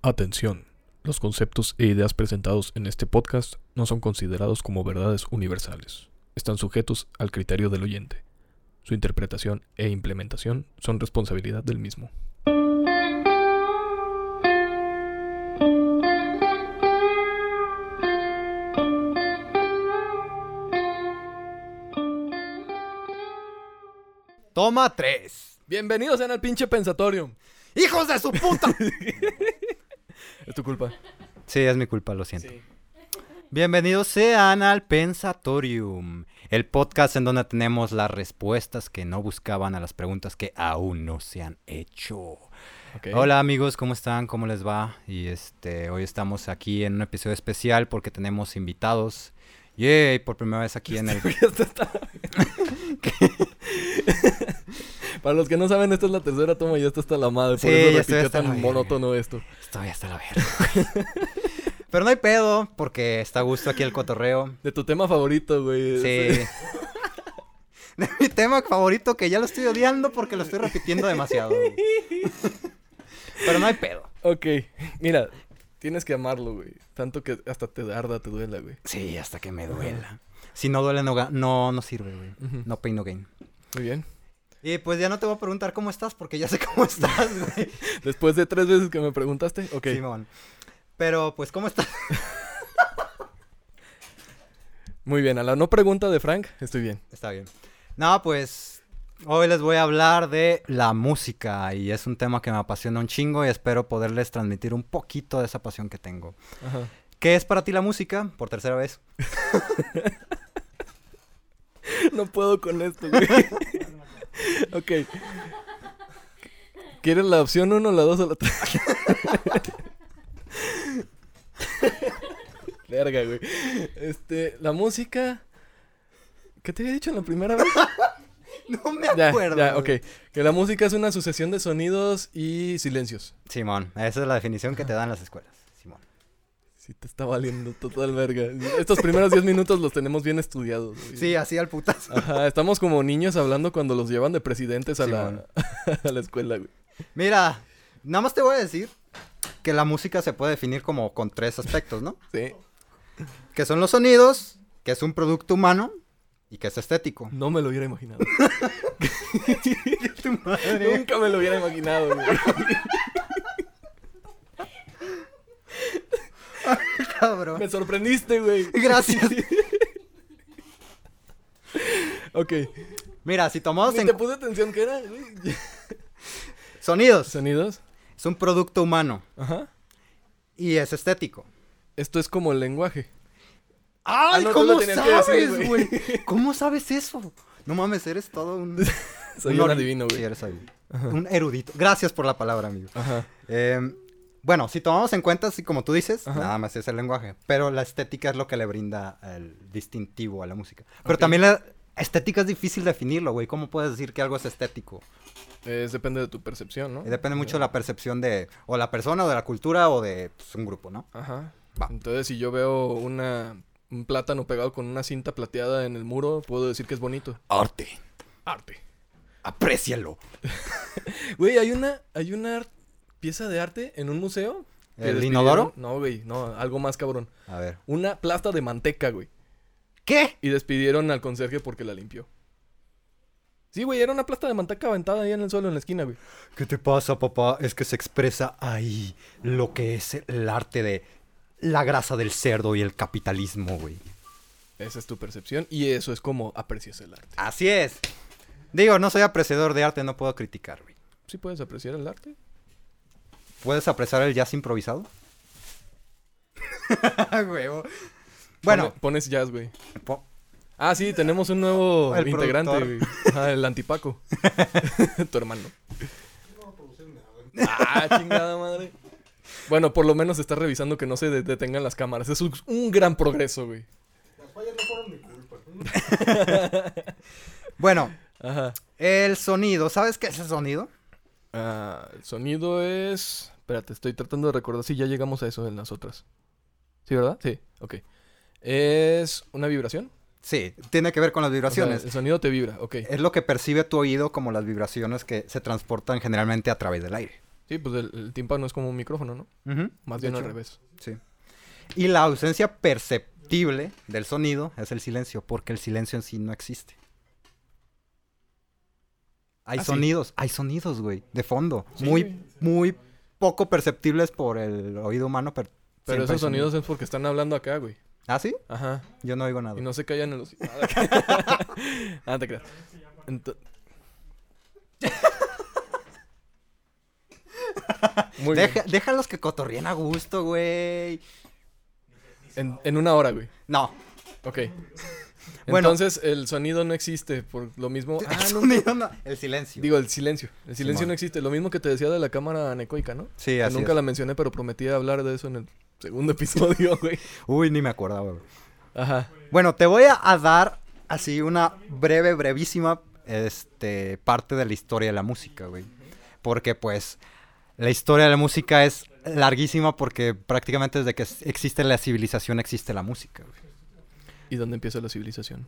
Atención. Los conceptos e ideas presentados en este podcast no son considerados como verdades universales. Están sujetos al criterio del oyente. Su interpretación e implementación son responsabilidad del mismo. Toma tres. Bienvenidos en el pinche pensatorium. ¡Hijos de su puta! Es tu culpa. sí, es mi culpa, lo siento. Bienvenidos sean al Pensatorium, el podcast en donde tenemos las respuestas que no buscaban a las preguntas que aún no se han hecho. Ok. Hola amigos, ¿cómo están? ¿Cómo les va? Y este, hoy estamos aquí en un episodio especial porque tenemos invitados. Yay, por primera vez aquí en el... Esto está- Para los que no saben, esta es la tercera toma y esta está la madre. Por Sí, eso ya estoy repitió hasta la tan verga. monótono esto. Estoy hasta la verga. güey. Pero no hay pedo porque está a gusto aquí el cotorreo. De tu tema favorito, güey. Sí. De mi tema favorito que ya lo estoy odiando porque lo estoy repitiendo demasiado. güey. Pero no hay pedo. Ok, mira, tienes que amarlo, güey. Tanto que hasta te arda, te duela, güey. Sí, hasta que me duela. Si no duele, no, ga- no, no sirve, güey. Ujú. No pain, no gain. Muy bien. Y pues ya no te voy a preguntar cómo estás porque ya sé cómo estás, güey. Después de tres veces que me preguntaste, ok. Simón. Pero pues, ¿cómo estás? Muy bien, a la no pregunta de Frank, estoy bien. Está bien. No, pues hoy les voy a hablar de la música y es un tema que me apasiona un chingo y espero poderles transmitir un poquito de esa pasión que tengo. Ajá. ¿Qué es para ti la música? Por tercera vez. No puedo con esto, güey. ok. ¿Quieres la opción 1, la 2 o la 3? Verga, güey. Este, la música. ¿Qué te había dicho en la primera vez? No me ya, acuerdo. ya, ok. güey. Que la música es una sucesión de sonidos y silencios. Simón, esa es la definición que te dan las escuelas. Simón. Sí, te está valiendo total verga. Estos primeros 10 minutos los tenemos bien estudiados. güey. Sí, así al putazo. Ajá, estamos como niños hablando cuando los llevan de presidentes a, la, Simón. a la escuela, güey. Mira, nada más te voy a decir que la música se puede definir como con tres aspectos, ¿no? Sí. Que son los sonidos, que es un producto humano y que es estético. No me lo hubiera imaginado. Tu madre. Nunca me lo hubiera imaginado, güey. Cabrón. Me sorprendiste, güey. Gracias. Ok. Mira, si tomamos Ni en te puse atención, ¿qué era? güey? sonidos, Sonidos. es un producto humano Ajá. y es estético. Esto es como el lenguaje. ¡Ay, no, tú lo cómo tenías que decir, sabes, güey. güey! ¿Cómo sabes eso? No mames, eres todo un... Soy un un ori- adivino, güey. Sí, eres adivino. Un erudito. Gracias por la palabra, amigo. Ajá. Eh, bueno, si tomamos en cuenta, así como tú dices, Ajá. nada más es el lenguaje. Pero la estética es lo que le brinda el distintivo a la música. Pero Ok. también la estética es difícil definirlo, güey. ¿Cómo puedes decir que algo es estético? Es- depende de tu percepción, ¿no? Eh, Depende mucho de la percepción de o la persona o de la cultura o de pues, un grupo, ¿no? Ajá. Va. Entonces, si yo veo una, un plátano pegado con una cinta plateada en el muro, puedo decir que es bonito. Arte. Arte. Aprécialo. Güey, hay una, hay una ar- pieza de arte en un museo. que ¿El les inodoro? pidieron- No, güey, no, algo más cabrón. A ver. Una plasta de manteca, güey. ¿Qué? Y despidieron al conserje porque la limpió. Sí, güey, era una plasta de manteca aventada ahí en el suelo, en la esquina, güey. ¿Qué te pasa, papá? Es que se expresa ahí lo que es el arte de la grasa del cerdo y el capitalismo, güey. Esa es tu percepción y eso es como aprecias el arte. Así es. Digo, no soy apreciador de arte, no puedo criticar, güey. ¿Sí puedes apreciar el arte? ¿Puedes apreciar el jazz improvisado? Huevo. Bueno, Pone- pones jazz, güey. po- Ah, sí, tenemos un nuevo El integrante, productor. güey. Ajá, el antipaco. tu hermano. Ah, chingada madre. Bueno, por lo menos está revisando que no se de- detengan las cámaras. Es un, un gran progreso, güey. bueno, Ajá. el sonido. ¿Sabes qué es el sonido? Ah, el sonido es. Espérate, estoy tratando de recordar si ya llegamos a eso en las otras. ¿Sí, verdad? Sí, ok. Es una vibración. Sí, tiene que ver con las O sea, vibraciones. Eh. el sonido te vibra, ok. Es lo que percibe tu oído como las vibraciones que se transportan generalmente a través del aire. Sí, pues el, el tímpano es como un micrófono, ¿no? Ujú, Más de bien al hecho, revés. Sí. Y la ausencia perceptible del sonido es el silencio, porque el silencio en sí no existe. Hay Ah, sí. sonidos, hay sonidos, güey, de fondo. Sí, muy, güey. muy poco perceptibles por el oído humano, pero. Pero siempre hay esos sonidos es porque están hablando acá, güey. ¿Ah, sí? Ajá. Yo no oigo nada. Y no se callan en los. ah, te creas. Ento- Muy bien. Deja, déjalos que cotorrien a gusto, güey. En, en una hora, güey. No, Ok. Bueno. Entonces el sonido no existe por lo mismo. Ah, el no. sonido no- El silencio. Digo, el silencio. El silencio Simón. no existe. Lo mismo que te decía de la cámara anecoica, ¿no? sí, Que así nunca es. la mencioné, pero prometí hablar de eso en el segundo episodio, güey. Uy, ni me acordaba, güey. Ajá. Bueno, te voy a, a dar así una breve, brevísima este, parte de la historia de la música, güey. Porque pues la historia de la música es larguísima porque prácticamente desde que es- existe la civilización existe la música. güey. ¿Y dónde empieza la civilización?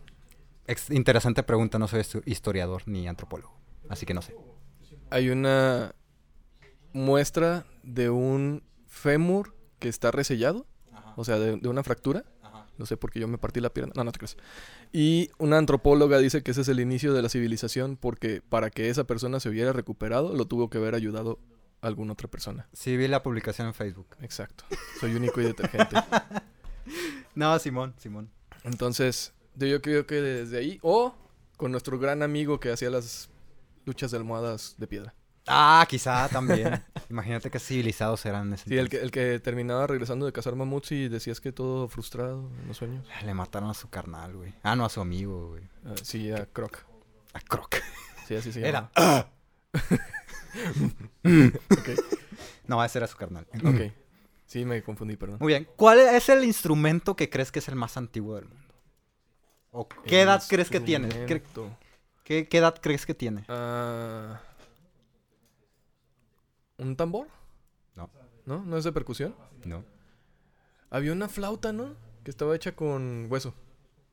Ex- interesante pregunta, no soy estu- historiador ni antropólogo, así que no sé. Hay una muestra de un fémur que está resellado, o sea, de, de una fractura. No sé por qué yo me partí la pierna. No, no te creas. Y una antropóloga dice que ese es el inicio de la civilización porque para que esa persona se hubiera recuperado lo tuvo que haber ayudado alguna otra persona. Sí, vi la publicación en Facebook. Exacto. Soy único y detergente. No, Simón, Simón. Entonces, de- yo creo que desde ahí, o con nuestro gran amigo que hacía las luchas de almohadas de piedra. Ah, quizá también. Imagínate qué civilizados eran en ese Sí, el que, entonces. el que terminaba regresando de cazar mamuts y decías que todo frustrado en los sueños. Ah, Le mataron a su carnal, güey. Ah, no, a su amigo, güey. Ah, sí, a Croc. A Croc. Sí, así se Era. llama. Ok, No, ese era su carnal. ok. Sí, me confundí, perdón. Muy bien. ¿Cuál es el instrumento que crees que es el más antiguo del mundo? ¿O qué edad crees que tiene? ¿Qué, Instrumento. qué- qué edad crees que tiene? Ah, ¿Un tambor? No. ¿No? ¿No es de percusión? No. Había una flauta, ¿no? Que estaba hecha con hueso.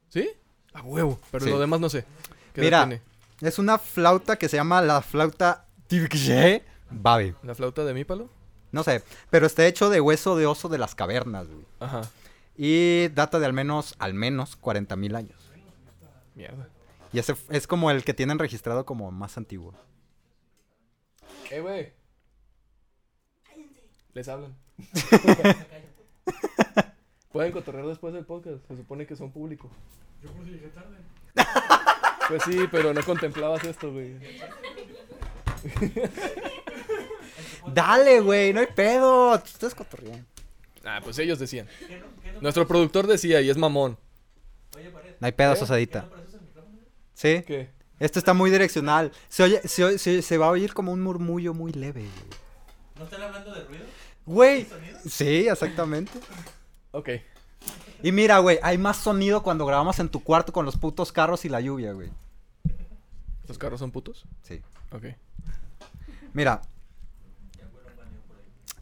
¿Sí? A huevo. Pero Sí. lo demás no sé. ¿Qué edad Mira. tiene? Es una flauta que se llama la flauta Tirkje Babe. ¿La flauta de mi palo? No sé, pero está hecho de hueso de oso de las cavernas, güey. Ajá. Y data de al menos, al menos 40.000 años. Mierda. Y ese f- es como el que tienen registrado como más antiguo. ¡Eh, güey! Les hablan. Pueden cotorrear después del podcast. Se supone que son público. Yo por eso llegué tarde. Pues sí, pero no contemplabas esto, güey. Dale, güey, no hay pedo. Tú estás cotorreando. Ah, pues ellos decían. Nuestro productor decía, y es mamón. No hay pedo, ¿Eh? sosadita. Sí. ¿Qué? Esto está muy direccional. Se, oye, se, oye- se- se va a oír como un murmullo muy leve. ¿No están hablando de ruido? Güey. Güey, Sí, exactamente. Ok. Y mira, güey, hay más sonido cuando grabamos en tu cuarto con los putos carros y la lluvia, güey. ¿Los carros son putos? Sí. Ok. Mira,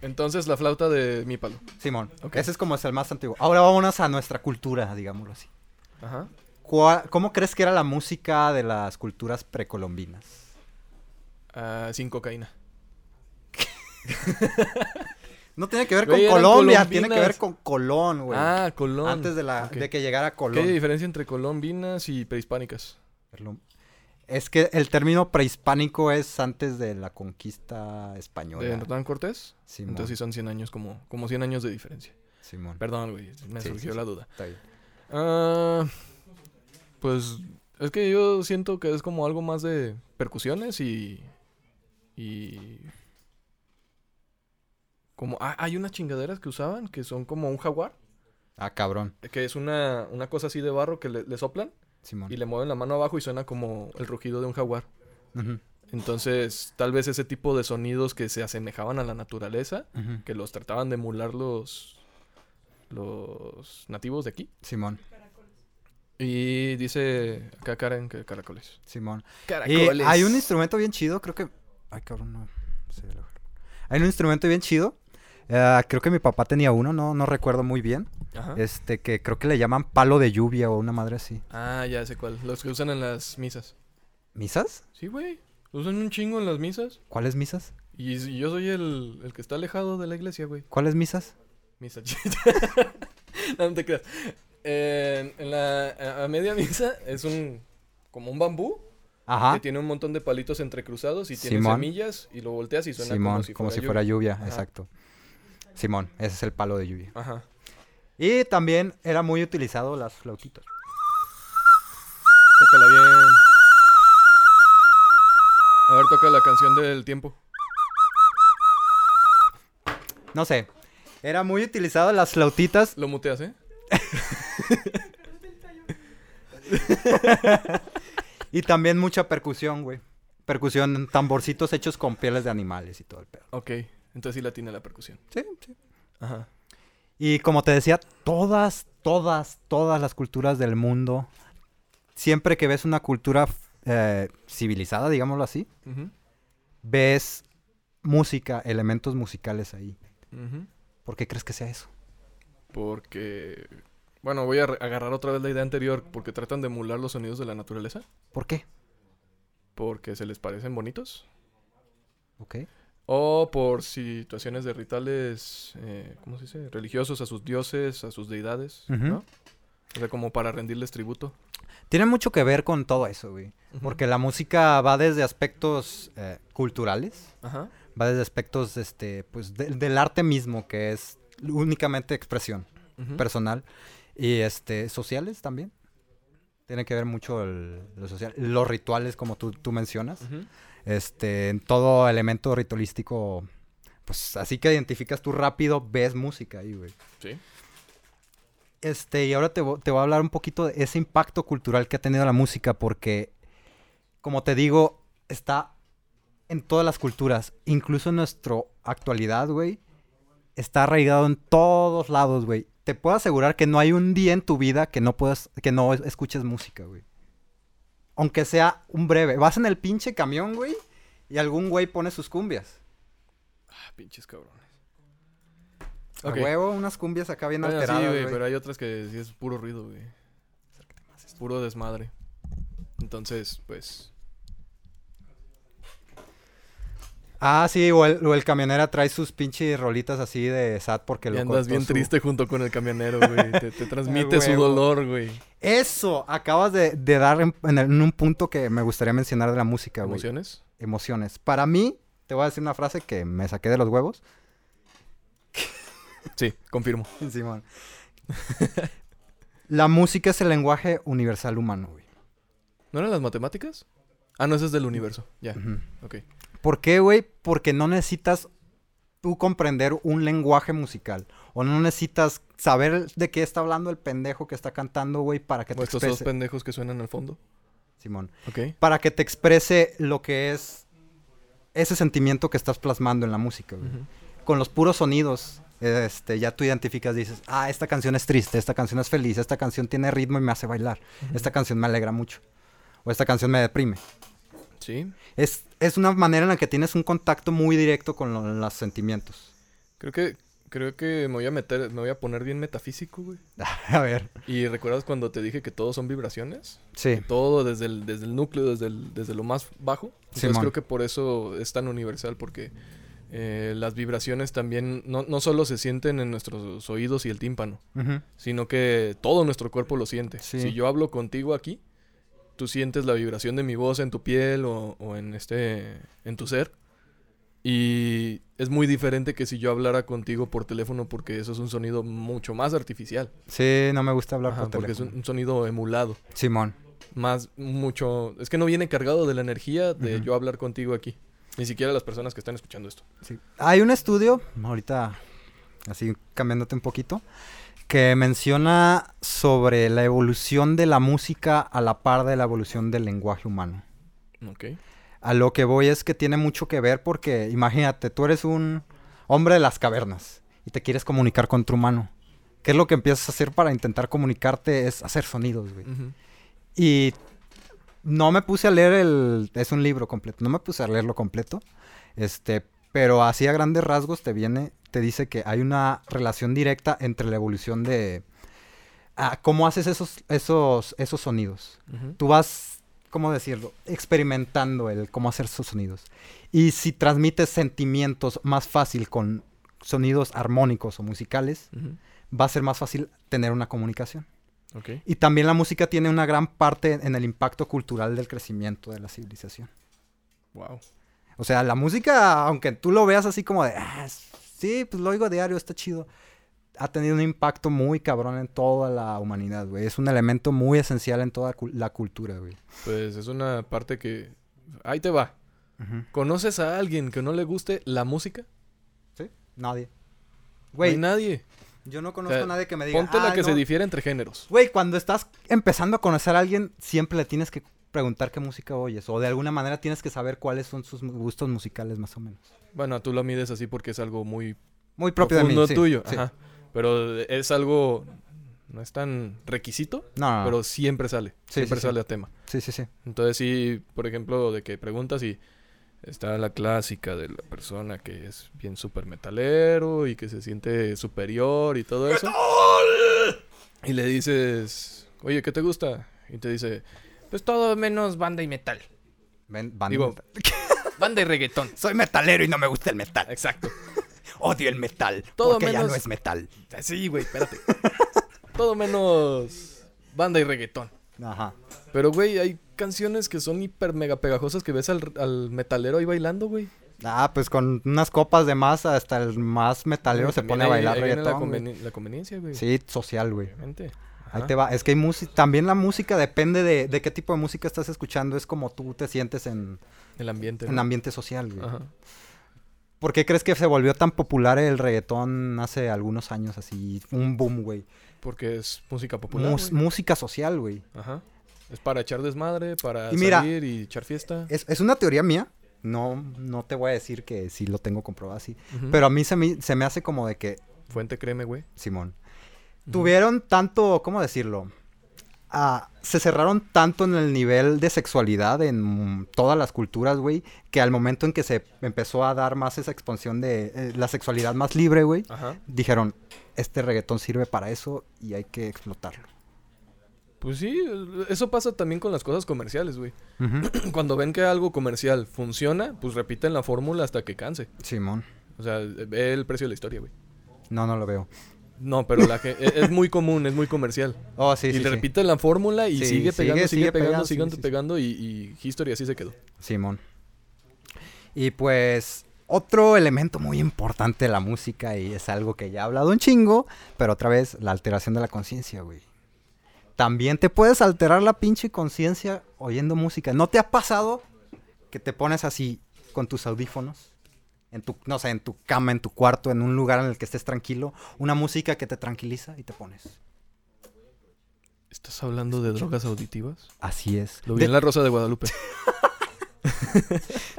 Entonces la flauta de mi palo. Simón, Ok. ese es como es el más antiguo. Ahora vámonos a nuestra cultura, digámoslo así. Ajá. ¿Cuál- ¿Cómo crees que era la música de las culturas precolombinas? Ah, sin cocaína. No tiene que ver Güey, con eran Colombia, tiene que colombinas. ver con Colón, güey. Ah, Colón. Antes de, la, Ok. de que llegara ¿Qué Colón. diferencia entre colombinas y prehispánicas? Perlo- Es que el término prehispánico es antes de la conquista ¿De española. Hernán Cortés? Simón, Entonces sí son 100 años, como, como 100 años de diferencia. Simón. Perdón, güey, me Sí, surgió sí, la duda. Está bien. Ah, pues es que yo siento que es como algo más de percusiones y... Y... Como... ah, hay unas chingaderas que usaban que son como un jaguar, Ah, cabrón. que es una, una cosa así de barro que le, le soplan Simón. y le mueven la mano abajo y suena como el rugido de un jaguar. Ujú, Entonces, tal vez ese tipo de sonidos que se asemejaban a la naturaleza ujú. que los trataban de emular los los nativos de aquí. Simón, Y dice acá Karen que caracoles. Simón. Y Caracoles. Eh, hay un instrumento bien chido, creo que... Ay, cabrón, no. se lo- Hay un instrumento bien chido. eh, creo que mi papá tenía uno, no, no recuerdo muy bien. Ajá. Este, que creo que le llaman palo de lluvia o una madre así. Ah, ya sé cuál. Los que usan en las misas. ¿Misas? Sí, güey. Usan un chingo en las misas. ¿Cuáles misas? Y si yo soy el, el que está alejado de la iglesia, güey. ¿Cuáles misas? Misa chicha. no, no te creas. Eh, en la, a- a media misa es un. como un bambú Ajá. que tiene un montón de palitos entrecruzados y tiene Simón. semillas y lo volteas y suena Simón, como si fuera. lluvia. lluvia, Ajá. exacto. Simón, ese es el palo de lluvia. Ajá. Y también era muy utilizado las flautitas. Tócala bien. A ver, toca la canción del tiempo. No sé. Era muy utilizado las flautitas. Lo muteas, ¿eh? Y también mucha percusión, güey. Percusión, tamborcitos hechos con pieles de animales y todo el pedo. Ok. Entonces sí la tiene la percusión. Sí, sí. Ajá. Y como te decía, todas, todas, todas las culturas del mundo, siempre que ves una cultura eh, civilizada, digámoslo así, Ujú, ves música, elementos musicales ahí. ujú. ¿Por qué crees que sea eso? Porque. Bueno, voy a re- agarrar otra vez la idea anterior. Porque tratan de emular los sonidos de la naturaleza. ¿Por qué? Porque se les parecen bonitos. ¿Ok? O por situaciones de rituales. eh, ¿Cómo se dice? Religiosos a sus dioses, a sus deidades. Ujú. ¿No? O sea, como para rendirles tributo. Tiene mucho que ver con todo eso, güey. Ujú. Porque la música va desde aspectos eh, culturales, Ajá. va desde aspectos este, pues, de- del arte mismo, que es únicamente expresión ujú. personal, y este, sociales también. Tiene que ver mucho el- lo social, los rituales, como tú, tú mencionas. Ujú. Este, en todo elemento ritualístico, pues así que identificas tú rápido, ves música ahí, güey. Sí. Este, y ahora te, vo- te voy a hablar un poquito de ese impacto cultural que ha tenido la música, porque, como te digo, está en todas las culturas, incluso en nuestra actualidad, güey. Está arraigado en todos lados, güey. Te puedo asegurar que no hay un día en tu vida que no puedas, que no es- escuches música, güey. Aunque sea un breve. Vas en el pinche camión, güey, y algún güey pone sus cumbias. Ah, pinches cabrones. A huevo, unas cumbias acá bien Bueno, alteradas, sí, güey, güey. pero hay otras que sí es puro ruido, güey. Puro desmadre. Entonces, pues. Ah, sí, o el, o el camionera trae sus pinches rolitas así de sad porque Y lo andas cortó bien su- triste junto con el camionero, güey. te, te transmite su huevo. dolor, güey. Eso, acabas de, de dar en, en el- en un punto que me gustaría mencionar de la música, güey. ¿Emociones? Emociones. Para mí, te voy a decir una frase que me saqué de los huevos. Sí, confirmo. Simón. la música es el lenguaje universal humano, güey. ¿No eran las matemáticas? Ah, no, ese es del universo. Ya, Ujú. ok. ¿Por qué, güey? Porque no necesitas tú comprender un lenguaje musical. O no necesitas saber de qué está hablando el pendejo que está cantando, güey, para que te Como estos dos exprese. pendejos que suenan al fondo. Simón. Ok. para que te exprese lo que es ese sentimiento que estás plasmando en la música. güey. Ujú. Con los puros sonidos, este, ya tú identificas, dices, ah, esta canción es triste, esta canción es feliz, esta canción tiene ritmo y me hace bailar, esta canción me alegra mucho, o esta canción me deprime. Sí. Es, es una manera en la que tienes un contacto muy directo con lo- los sentimientos. Creo que. Creo que me voy a meter, me voy a poner bien metafísico, güey. a ver, ¿Y recuerdas cuando te dije que todos son vibraciones? sí, todo desde el, desde el núcleo, desde, el- desde lo más bajo. Entonces Simón. creo que por eso es tan universal, porque eh, las vibraciones también no, no solo se sienten en nuestros oídos y el tímpano, ujú, sino que todo nuestro cuerpo lo siente. Sí. Si yo hablo contigo aquí, tú sientes la vibración de mi voz en tu piel o, o en este en tu ser. Y es muy diferente que si yo hablara contigo por teléfono porque eso es un sonido mucho más artificial. sí, no me gusta hablar Ajá, por porque es teléfono. un- un sonido emulado Simón. más mucho es que no viene cargado de la energía de Ujú. yo hablar contigo aquí ni siquiera las personas que están escuchando esto Sí. Hay un estudio, ahorita así cambiándote un poquito, que menciona sobre la evolución de la música a la par de la evolución del lenguaje humano. ok A lo que voy es que tiene mucho que ver porque imagínate, tú eres un hombre de las cavernas y te quieres comunicar con tu humano. ¿Qué es lo que empiezas a hacer para intentar comunicarte? Es hacer sonidos, güey. Ujú. Y no me puse a leer el... Es un libro completo. No me puse a leerlo completo. Este, pero así a grandes rasgos te viene... Te dice que hay una relación directa entre la evolución de... ah, ¿Cómo haces esos, esos, esos sonidos? Ujú. Tú vas ¿cómo decirlo? Experimentando el cómo hacer sus sonidos. Y si transmites sentimientos más fácil con sonidos armónicos o musicales, Ujú, va a ser más fácil tener una comunicación. Ok. Y también la música tiene una gran parte en el impacto cultural del crecimiento de la civilización. Wow. O sea, la música, aunque tú lo veas así como de, "Ah, sí, pues lo oigo diario, está chido, ha tenido un impacto muy cabrón en toda la humanidad, güey. Es un elemento muy esencial en toda cul- la cultura, güey. Pues es una parte que... Ahí te va. ¿Conoces a alguien que no le guste la música? ¿Sí? Nadie. No hay Güey, nadie. yo no conozco o sea, a nadie que me diga. Ponte la "Ah, que se no". difiere entre géneros. Güey, cuando estás empezando a conocer a alguien, siempre le tienes que preguntar qué música oyes. O de alguna manera tienes que saber cuáles son sus gustos musicales, más o menos. Bueno, tú lo mides así porque es algo muy Muy propio de mí. profundo sí, tuyo. sí. Ajá. Pero es algo... No es tan requisito, No, no, no. pero siempre sale. Ah. Sí, siempre sí, sí. sale a tema. Sí, sí, sí. Entonces sí, por ejemplo, de que preguntas y está la clásica de la persona que es bien súper metalero y que se siente superior y todo eso. Y le dices, oye, ¿qué te gusta? Y te dice, pues todo menos banda y metal. Ven, banda Digo, metal. Banda y reggaetón. Soy metalero y no me gusta el metal. Exacto. Odio el metal. Todo porque ya menos- no es metal. Sí, güey, espérate. todo menos banda y reggaetón. Ajá. Pero, güey, hay canciones que son hiper mega pegajosas que ves al, al metalero ahí bailando, güey. Ah, pues con unas copas de más, hasta el más metalero se También pone a ahí- bailar ahí viene reggaetón. La, güey. conveni- la conveniencia, güey. Sí, social, güey. Obviamente. Ahí Ajá. te va. Es que hay música. También la música depende de, de qué tipo de música estás escuchando. Es como tú te sientes en, El ambiente. en ¿no? ambiente social, güey. Ajá. ¿Por qué crees que se volvió tan popular el reggaetón hace algunos años? Así, un boom, güey. Porque es música popular. Mus- güey. música social, güey. Ajá. Es para echar desmadre, para Y mira- eh, salir y echar fiesta. Es, es una teoría mía. No, no te voy a decir que sí lo tengo comprobado así. Ujú. Pero a mí se me, se me hace como de que, Fuente, créeme, güey. Simón, tuvieron tanto, ¿cómo decirlo? Ah, se cerraron tanto en el nivel de sexualidad en todas las culturas, güey, que al momento en que se empezó a dar más esa expansión de eh, la sexualidad más libre, güey, Ajá. dijeron, este reggaetón sirve para eso y hay que explotarlo. Pues sí, eso pasa también con las cosas comerciales, güey. Cuando ven que algo comercial funciona, pues repiten la fórmula hasta que canse. Simón, O sea, ve el precio de la historia, güey. no, no lo veo. No, pero la gen- e-, es es muy común, es muy comercial. Oh, sí, y sí, le sí. repiten la fórmula y Sí, sigue pegando, sigue, sigue, sigue pegando, pegando, sigue sí, sí, sí. pegando y, y History así se quedó. Simón. Y pues otro elemento muy importante de la música y es algo que ya he hablado un chingo, pero otra vez la alteración de la conciencia, güey. También te puedes alterar la pinche conciencia oyendo música. ¿No te ha pasado que te pones así con tus audífonos? En tu, no sé, en tu cama, en tu cuarto, en un lugar en el que estés tranquilo, una música que te tranquiliza y te pones. ¿Estás hablando de drogas auditivas? Así es. Lo vi De- en La Rosa de Guadalupe.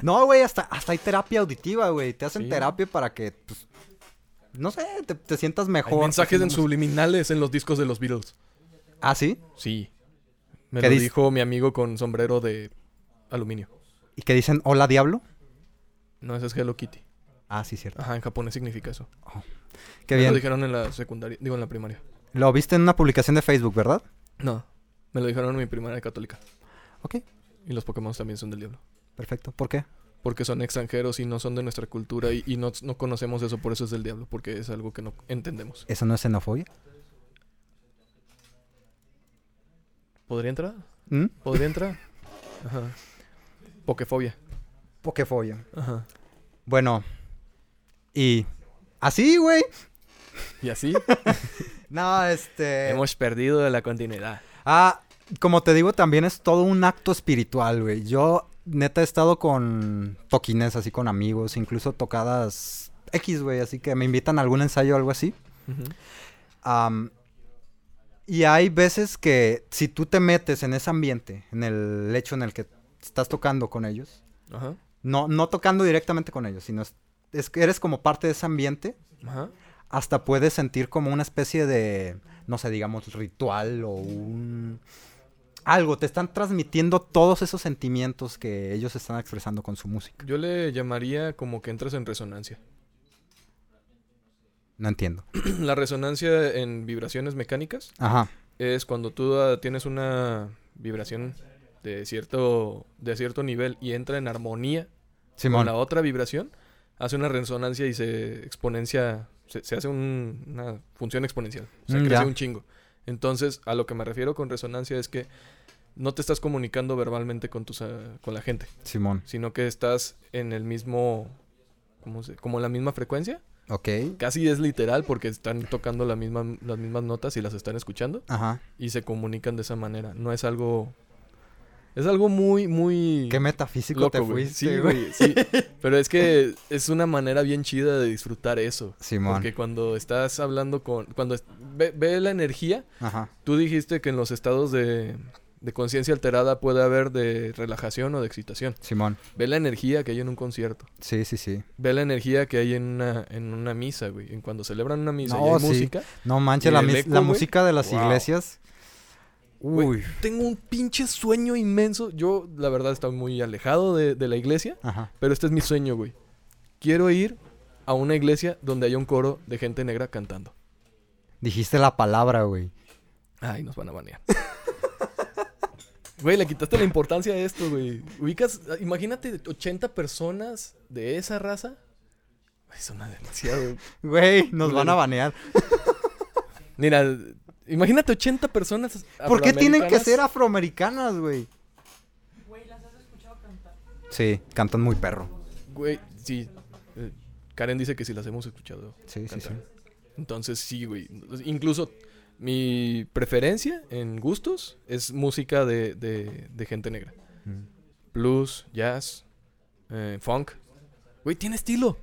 No, güey, hasta, hasta hay terapia auditiva, güey. Te hacen Sí. terapia para que, pues, no sé, te, te sientas mejor. Hay mensajes en haciendo música. subliminales en los discos de los Beatles. ¿Ah, sí? Sí. Me ¿Qué lo dice? dijo mi amigo con sombrero de aluminio. ¿Y que dicen hola, diablo? No, ese es Hello Kitty. Ah, sí, cierto. Ajá, en japonés significa eso. Qué Me bien. Ah, lo Lo, dijeron en la secundaria, digo en la primaria. viste en una publicación de Facebook, ¿verdad? No, me lo dijeron en mi primaria católica. Ok, Y los Pokémon también son del diablo. perfecto. ¿Por qué? Porque son extranjeros y no son de nuestra cultura y, y no, no conocemos eso, por eso es del diablo, porque es algo que no entendemos. ¿Eso no es xenofobia? ¿Podría entrar? ¿Mm? ¿Podría entrar? Ajá. Pokefobia. Pokefobia. Ajá. Bueno, y así, güey. Y así No, este... hemos perdido de la continuidad. Ah, como te digo, también es todo un acto espiritual, güey. Yo, neta, he estado con toquines, así con amigos, incluso tocadas X, güey, así que me invitan a algún ensayo o algo así. Ujú. Am, y hay veces que si tú te metes en ese ambiente, en el hecho en el que estás tocando con ellos, Ajá. no, no tocando directamente con ellos, sino es, es que eres como parte de ese ambiente, Ajá. hasta puedes sentir como una especie de, no sé, digamos, ritual o un... Algo, te están transmitiendo todos esos sentimientos que ellos están expresando con su música. Yo le llamaría como que entras en resonancia. No entiendo. la resonancia en vibraciones mecánicas Ajá. es cuando tú ah, tienes una vibración de cierto, de cierto nivel y entra en armonía con Simón. la otra vibración, hace una resonancia y se exponencia, se, se hace un- una función exponencial. O sea, Mm, crece ya. un chingo. Entonces, a lo que me refiero con resonancia es que no te estás comunicando verbalmente con, tus, ah, con la gente, Simón. sino que estás en el mismo, ¿cómo se- como en la misma frecuencia. Ok. Casi es literal porque están tocando la misma, las mismas notas y las están escuchando Ajá. y se comunican de esa manera. No es algo... Es algo muy, muy... Qué metafísico Loco, te güey. fuiste, Sí, güey. güey, sí. Pero es que es una manera bien chida de disfrutar eso. Simón. Porque cuando estás hablando con... Cuando es- ve, ve la energía, Ajá. tú dijiste que en los estados de, de conciencia alterada puede haber de relajación o de excitación. Simón. Ve la energía que hay en un concierto. Sí, sí, sí. Ve la energía que hay en una, en una misa, güey. En cuando celebran una misa y No, hay sí. música. No manches, Y la, el mis- eco, la güey. música de las Wow. iglesias. Uy. Güey, tengo un pinche sueño inmenso. Yo, la verdad, estoy muy alejado de- de la iglesia. Ajá. Pero este es mi sueño, güey. Quiero ir a una iglesia donde haya un coro de gente negra cantando. Dijiste la palabra, güey. Ay, nos van a banear. Güey, le quitaste la importancia a esto, güey. Ubicas, imagínate 80 personas de esa raza. Ay, suena demasiado. güey. Güey, nos van a Güey. banear. Mira, imagínate 80 personas. ¿Por qué tienen que afroamericanas. ser afroamericanas, güey? Güey, las has escuchado cantar. Sí, cantan muy perro. Güey, sí. eh, Karen dice que si las hemos escuchado. Sí, sí, sí. cantar. Entonces sí, güey. Incluso mi preferencia en gustos es música de, de- de gente negra. Mm. Blues, jazz, eh, funk. Güey, tiene estilo.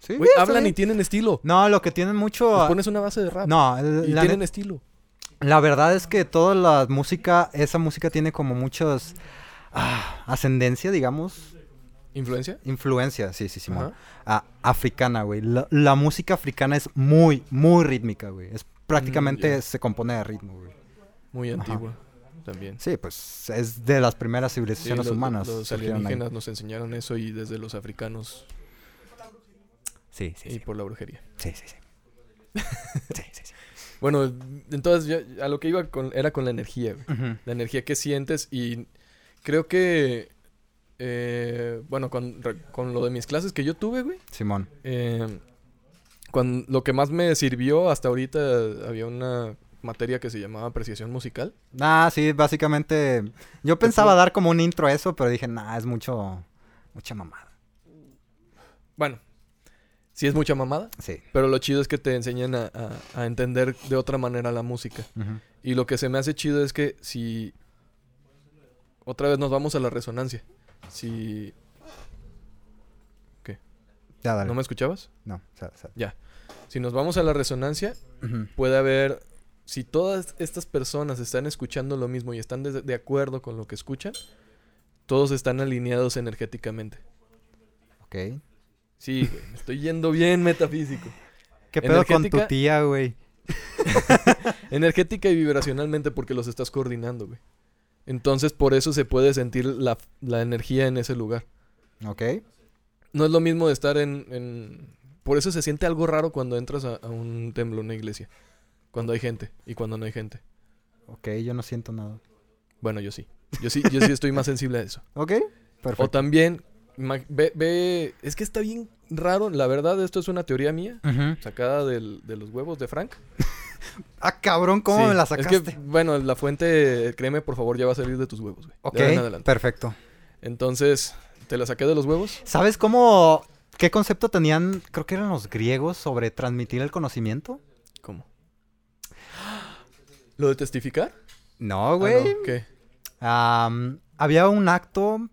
Sí, Güey, está hablan y bien. tienen estilo. No, lo que tienen mucho. ah, Les pones una base de rap. No, y la, tienen ne- estilo. la verdad es que toda la música, esa música tiene como muchas ah, ascendencia, digamos, ¿Influencia? influencia, sí, sí, sí, Ajá. mon. Ah, africana, güey. La, la música africana es muy, muy rítmica, güey. Es prácticamente Mm, ya. se compone de ritmo, güey. Muy Ajá. antigua también. Sí, pues es de las primeras Sí, civilizaciones los, humanas. los surgieron ahí. alienígenas nos enseñaron eso y desde los africanos Sí, sí, y sí, por la brujería. sí, sí, sí. sí, sí, sí. Bueno, entonces yo- a lo que iba con- era con la energía, güey. Ujú. la energía que sientes y creo que, eh, bueno, con, re- con lo de mis clases que yo tuve, güey, Simón. eh, cuan- lo que más me sirvió hasta ahorita había una materia que se llamaba apreciación musical. Ah, sí, básicamente. Yo pensaba dar como un intro a eso, pero dije, nah, es mucho. Mucha mamada. Bueno, sí es mucha mamada, Sí. pero lo chido es que te enseñan a, a- a entender de otra manera la música. Ujú. Y lo que se me hace chido es que si... Otra vez nos vamos a la resonancia. Si... Ya, dale. ¿No No, me escuchabas? o sea, o sea, Si nos vamos a la resonancia, ujú. puede haber, si todas estas personas están escuchando lo mismo y están de, de acuerdo con lo que escuchan, todos están alineados energéticamente. Ok. Sí, güey, me estoy yendo bien metafísico. ¿Qué pedo con tu Energética. tía, güey? Energética y vibracionalmente porque los estás coordinando, güey. Entonces por eso se puede sentir la, la energía en ese lugar. Ok. No es lo mismo de estar en... en- Por eso se siente algo raro cuando entras a, a un templo, una iglesia. Cuando hay gente y cuando no hay gente. Ok, yo no siento nada. Bueno, yo sí. Yo sí, yo sí estoy más sensible a eso. Ok. O Perfecto. también, ima- ve, ve- es que está bien raro, la verdad, esto es una teoría mía, Ujú. sacada del- de los huevos de Frank. Ah, cabrón, ¿cómo me Sí, la Es sacaste? que, bueno, la fuente, créeme, por favor, ya va a salir de tus huevos, güey. de Ok, ahora en adelante. perfecto. Entonces, te la saqué de los huevos. ¿Sabes cómo, qué concepto tenían, creo que eran los griegos, sobre transmitir el conocimiento? ¿Cómo? ¿Lo de testificar? No, Ah, güey. no, ¿Qué? Am, había un acto.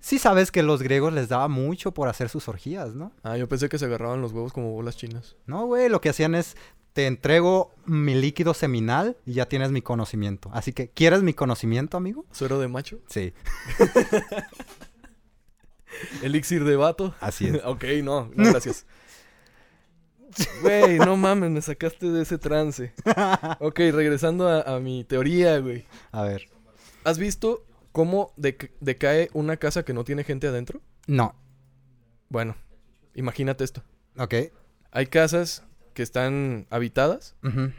Sí sabes que los griegos les daba mucho por hacer sus orgías, ¿no? Ah, yo pensé que se agarraban los huevos como bolas chinas. No, güey, lo que hacían es te entrego mi líquido seminal y ya tienes mi conocimiento. Así que, ¿quieres mi conocimiento, amigo? Suero de macho, Sí, elixir de vato. así es. ok, no, no, gracias. Güey, no mames, me sacaste de ese trance. Ok, regresando a, a mi teoría, güey. A ver. ¿Has visto cómo dec- decae una casa que no tiene gente adentro? No. Bueno, imagínate esto. Ok. Hay casas que están habitadas ujú,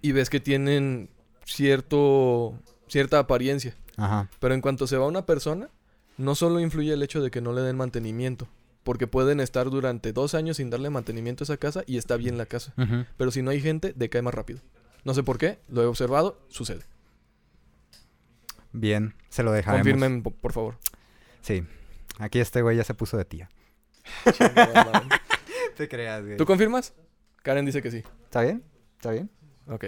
y ves que tienen cierto cierta apariencia. Ajá. Pero en cuanto se va una persona, no solo influye el hecho de que no le den mantenimiento, porque pueden estar durante dos años sin darle mantenimiento a esa casa y está bien la casa. Ujú. Pero si no hay gente, decae más rápido. No sé por qué, lo he observado, sucede. Bien, se lo dejaremos. Confirmen, po- por favor. Sí. Aquí este güey ya se puso de tía. Chingada madre. Te creas, güey. ¿Tú confirmas? Karen dice que sí. ¿Está bien? ¿Está bien? Ok.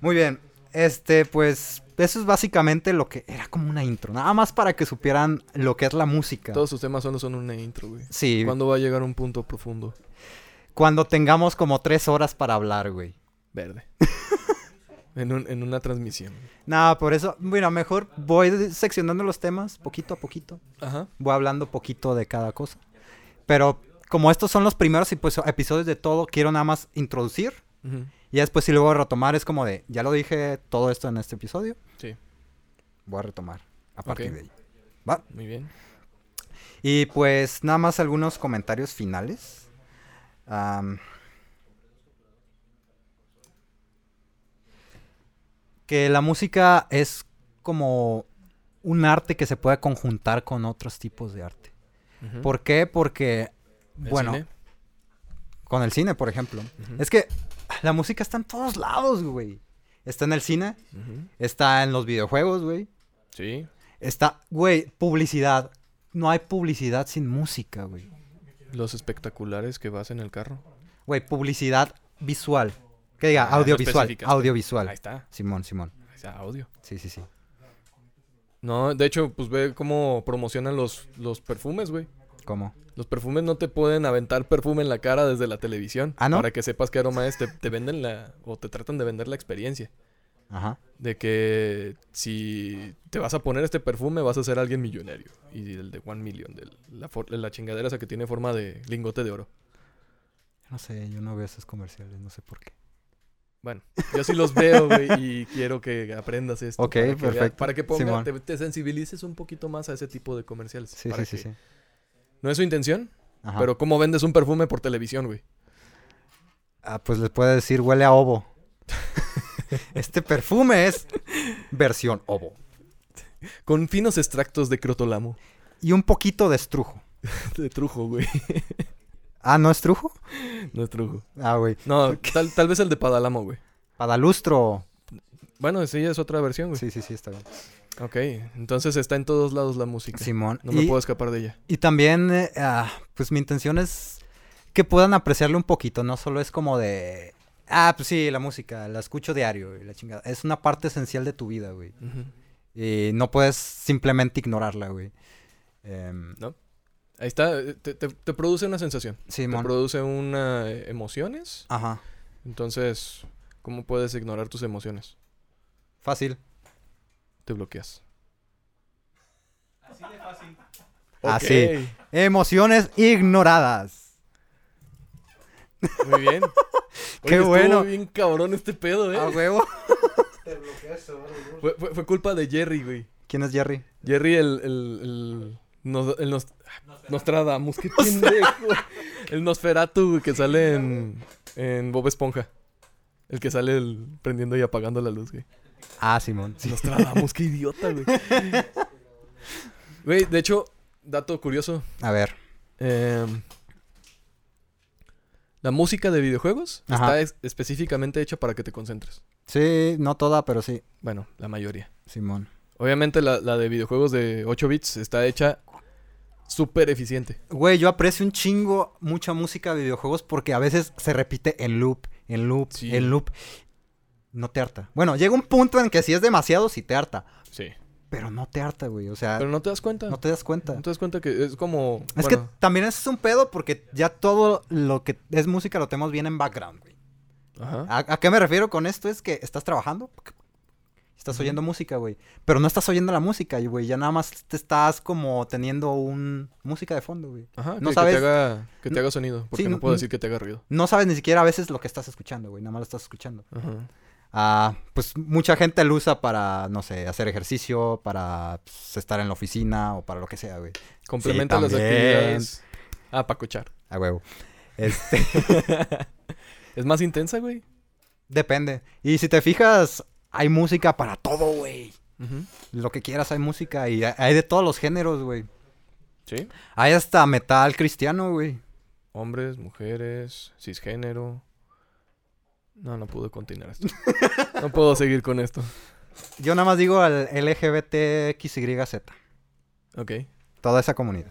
Muy bien. Este, pues, eso es básicamente lo que era como una intro. Nada más para que supieran lo que es la música. Todos sus temas solo son una intro, güey. Sí, cuando... ¿Cuándo va a llegar un punto profundo? tengamos como tres horas para hablar, güey. Verde. en, un- en una transmisión. Nada, por eso, mira, mejor voy de- seccionando los temas poquito a poquito. Ajá. Voy hablando poquito de cada cosa. Pero como estos son los primeros y, pues, episodios de todo, quiero nada más introducir. Ujú. Y después si lo voy a retomar es como de, ya lo dije todo esto en este episodio. Sí. Voy a retomar a partir Ok. de ahí. Muy bien. Y pues nada más algunos comentarios finales. Am, que la música es como un arte que se puede conjuntar con otros tipos de arte. Ujú. ¿Por qué? Porque, ¿El bueno, cine? con el cine, por ejemplo. Ujú. Es que la música está en todos lados, güey. Está en el cine, Ujú. está en los videojuegos, güey. Sí. Está, güey, publicidad. No hay publicidad sin música, güey. Los espectaculares que vas en el carro. Güey, publicidad visual. Que diga, Ah, no audiovisual. especificaste. Audiovisual. Ahí está. Simón, Simón. Ahí está, audio. Sí, sí, sí. No, de hecho, pues ve cómo promocionan los, los perfumes, güey. ¿Cómo? Los perfumes no te pueden aventar perfume en la cara desde la televisión. Ah, ¿no? Para que sepas qué aroma es. Te, te venden la... O te tratan de vender la experiencia. Ajá. De que si te vas a poner este perfume vas a ser alguien millonario. Y el de One Million, de la, for- la chingadera esa que tiene forma de lingote de oro. No sé, yo no veo esos comerciales, no sé por qué. Bueno, yo sí los veo, güey, y quiero que aprendas esto. Ok, para que vea- perfecto. para que ponga- Simón. te, te sensibilices un poquito más a ese tipo de comerciales. Sí, para sí, sí, que- sí. No es su intención, Ajá. pero ¿cómo vendes un perfume por televisión, güey? Ah, pues les puedo decir, huele a ovo. este perfume es versión ovo. Con finos extractos de crotolamo. Y un poquito de estrujo. De trujo, güey. Ah, ¿no estrujo? No es trujo. Ah, güey. No, tal, tal vez el de Padalamo, güey. Padalustro. Bueno, sí, es otra versión, güey. Sí, sí, sí, está bien. Ok, entonces está en todos lados la música. Simón. No y, me puedo escapar de ella. y también, eh, ah, pues mi intención es que puedan apreciarlo un poquito. No solo es como de. Ah, pues sí, la música, la escucho diario, güey, la chingada. Es una parte esencial de tu vida, güey. Ujú. Y no puedes simplemente ignorarla, güey. Em, Ahí está, eh, te, te- te produce una sensación. Te Simón. produce una eh, emociones. Ajá. Entonces, ¿cómo puedes ignorar tus emociones? Fácil. Te bloqueas. Así. Ok, Ah, Emociones ignoradas. Muy bien. Qué estuvo bueno. bien cabrón este pedo, eh. A Ah, huevo. Fue, fue- fue culpa de Jerry, güey. ¿Quién es Jerry? Jerry, el. el, el... Nos, el nos, Nostradamus, qué pendejo. El Nosferatu güey, que sale en, en Bob Esponja. El que sale el- prendiendo y apagando la luz, güey. Ah, Simón. Sí. Nostradamus, qué idiota, güey. Güey, de hecho, dato curioso. A ver. em, la música de videojuegos Ajá. está es- específicamente hecha para que te concentres. Sí, no toda, pero sí. Bueno, la mayoría. Simón. Obviamente la, la de videojuegos de 8 bits está hecha súper eficiente. Güey, yo aprecio un chingo mucha música de videojuegos porque a veces se repite en loop, en loop, Sí. en loop. No te harta. Bueno, llega un punto en que si es demasiado, sí te harta. Sí. Pero no te harta, güey. O sea, Pero no te das cuenta. no te das cuenta. No te das cuenta que es como... Es bueno, que también es un pedo porque ya todo lo que es música lo tenemos bien en background, güey. Ajá. ¿A, a qué me refiero con esto? Es que estás trabajando, estás Ujú. oyendo música, güey. Pero no estás oyendo la música, y, güey. Ya nada más te estás como teniendo un música de fondo, güey. Ajá, que, no que sabes- te haga, que te haga sonido, porque Sí, no no- puedo decir que te haga ruido. No sabes ni siquiera a veces lo que estás escuchando, güey. Nada más lo estás escuchando. Ajá. Ah, pues mucha gente lo usa para, no sé, hacer ejercicio, para pues, estar en la oficina o para lo que sea, güey. Complementa las también. actividades. Ah, para cochar. A huevo. Este, Es más intensa, güey. depende. Y si te fijas, hay música para todo, güey. Ujú. Lo que quieras, hay música y hay- hay de todos los géneros, güey. Sí. Hay hasta metal cristiano, güey. Hombres, mujeres, cisgénero. No, no pude continuar esto. No puedo seguir con esto. Yo nada más digo al LGBTXYZ, Ok, toda esa comunidad.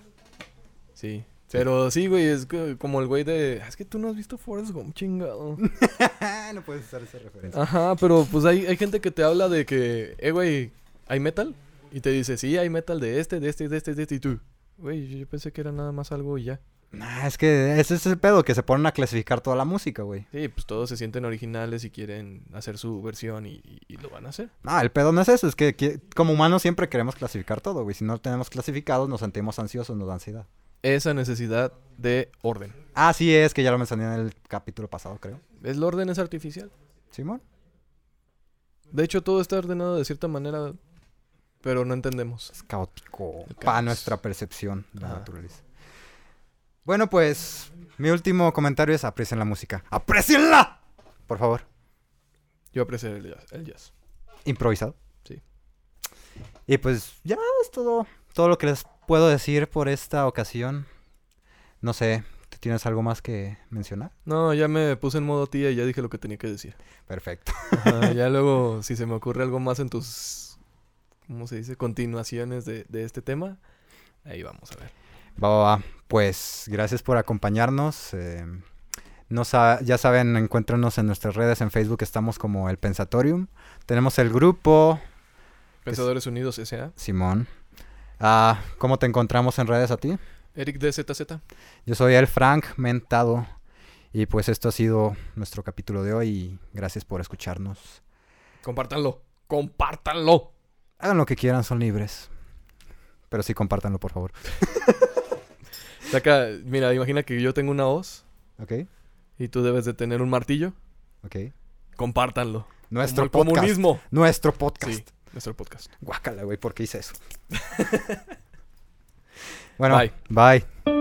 sí. Pero sí, güey, es que como el güey de... "Ah, Es que tú no has visto Forrest Gump, chingado. no puedes usar esa referencia. Ajá, pero pues hay, hay gente que te habla de que... Eh, güey, ¿hay metal? Y te dice, sí, hay metal de este, de este, de este, de este y tú. Güey, yo, yo pensé que era nada más algo y ya. Nah, Ah, es que ese es el pedo, que se ponen a clasificar toda la música, güey. Sí, pues todos se sienten originales y quieren hacer su versión y, y- y lo van a hacer. No, el pedo no es eso, es que, que como humanos siempre queremos clasificar todo, güey. Si no lo tenemos clasificado, nos sentimos ansiosos, nos da ansiedad. Esa necesidad de orden. Así es, que ya lo mencioné en el capítulo pasado, creo. El orden es artificial. Simón. De hecho, todo está ordenado de cierta manera, pero no entendemos. Es caótico El para caos. nuestra percepción de la Ajá. naturaleza. Bueno, pues mi último comentario es aprecien la música. ¡Aprecienla! Por favor. Yo aprecio el jazz. el jazz. improvisado. Sí. Y pues ya es todo, todo lo que les puedo decir por esta ocasión. No sé, ¿tú ¿tienes algo más que mencionar? No, ya me puse en modo tía y ya dije lo que tenía que decir. Perfecto. Ajá, ya luego, si se me ocurre algo más en tus, ¿cómo se dice? Continuaciones de, de este tema, ahí vamos a ver. Va, va, va. Pues gracias por acompañarnos. eh, no sa- ya saben, encuéntranos en nuestras redes. En Facebook estamos como El Pensatorium. Tenemos el grupo Pensadores Unidos S.A. Simón. Ah, ¿Cómo te encontramos en redes a ti? Eric DZZ. Yo soy el Frank Mentado. Y pues esto ha sido nuestro capítulo de hoy. y Gracias por escucharnos. Compártanlo. Compártanlo. Hagan lo que quieran, son libres. Pero sí, compártanlo, por favor. Saca, mira, imagina que yo tengo una hoz ¿Ok? y tú debes de tener un martillo. ¿Ok? Compártanlo. Nuestro Como el podcast. comunismo. Nuestro Sí, podcast. nuestro podcast. Guácala, güey, ¿por qué hice eso? bueno, Bye. bye.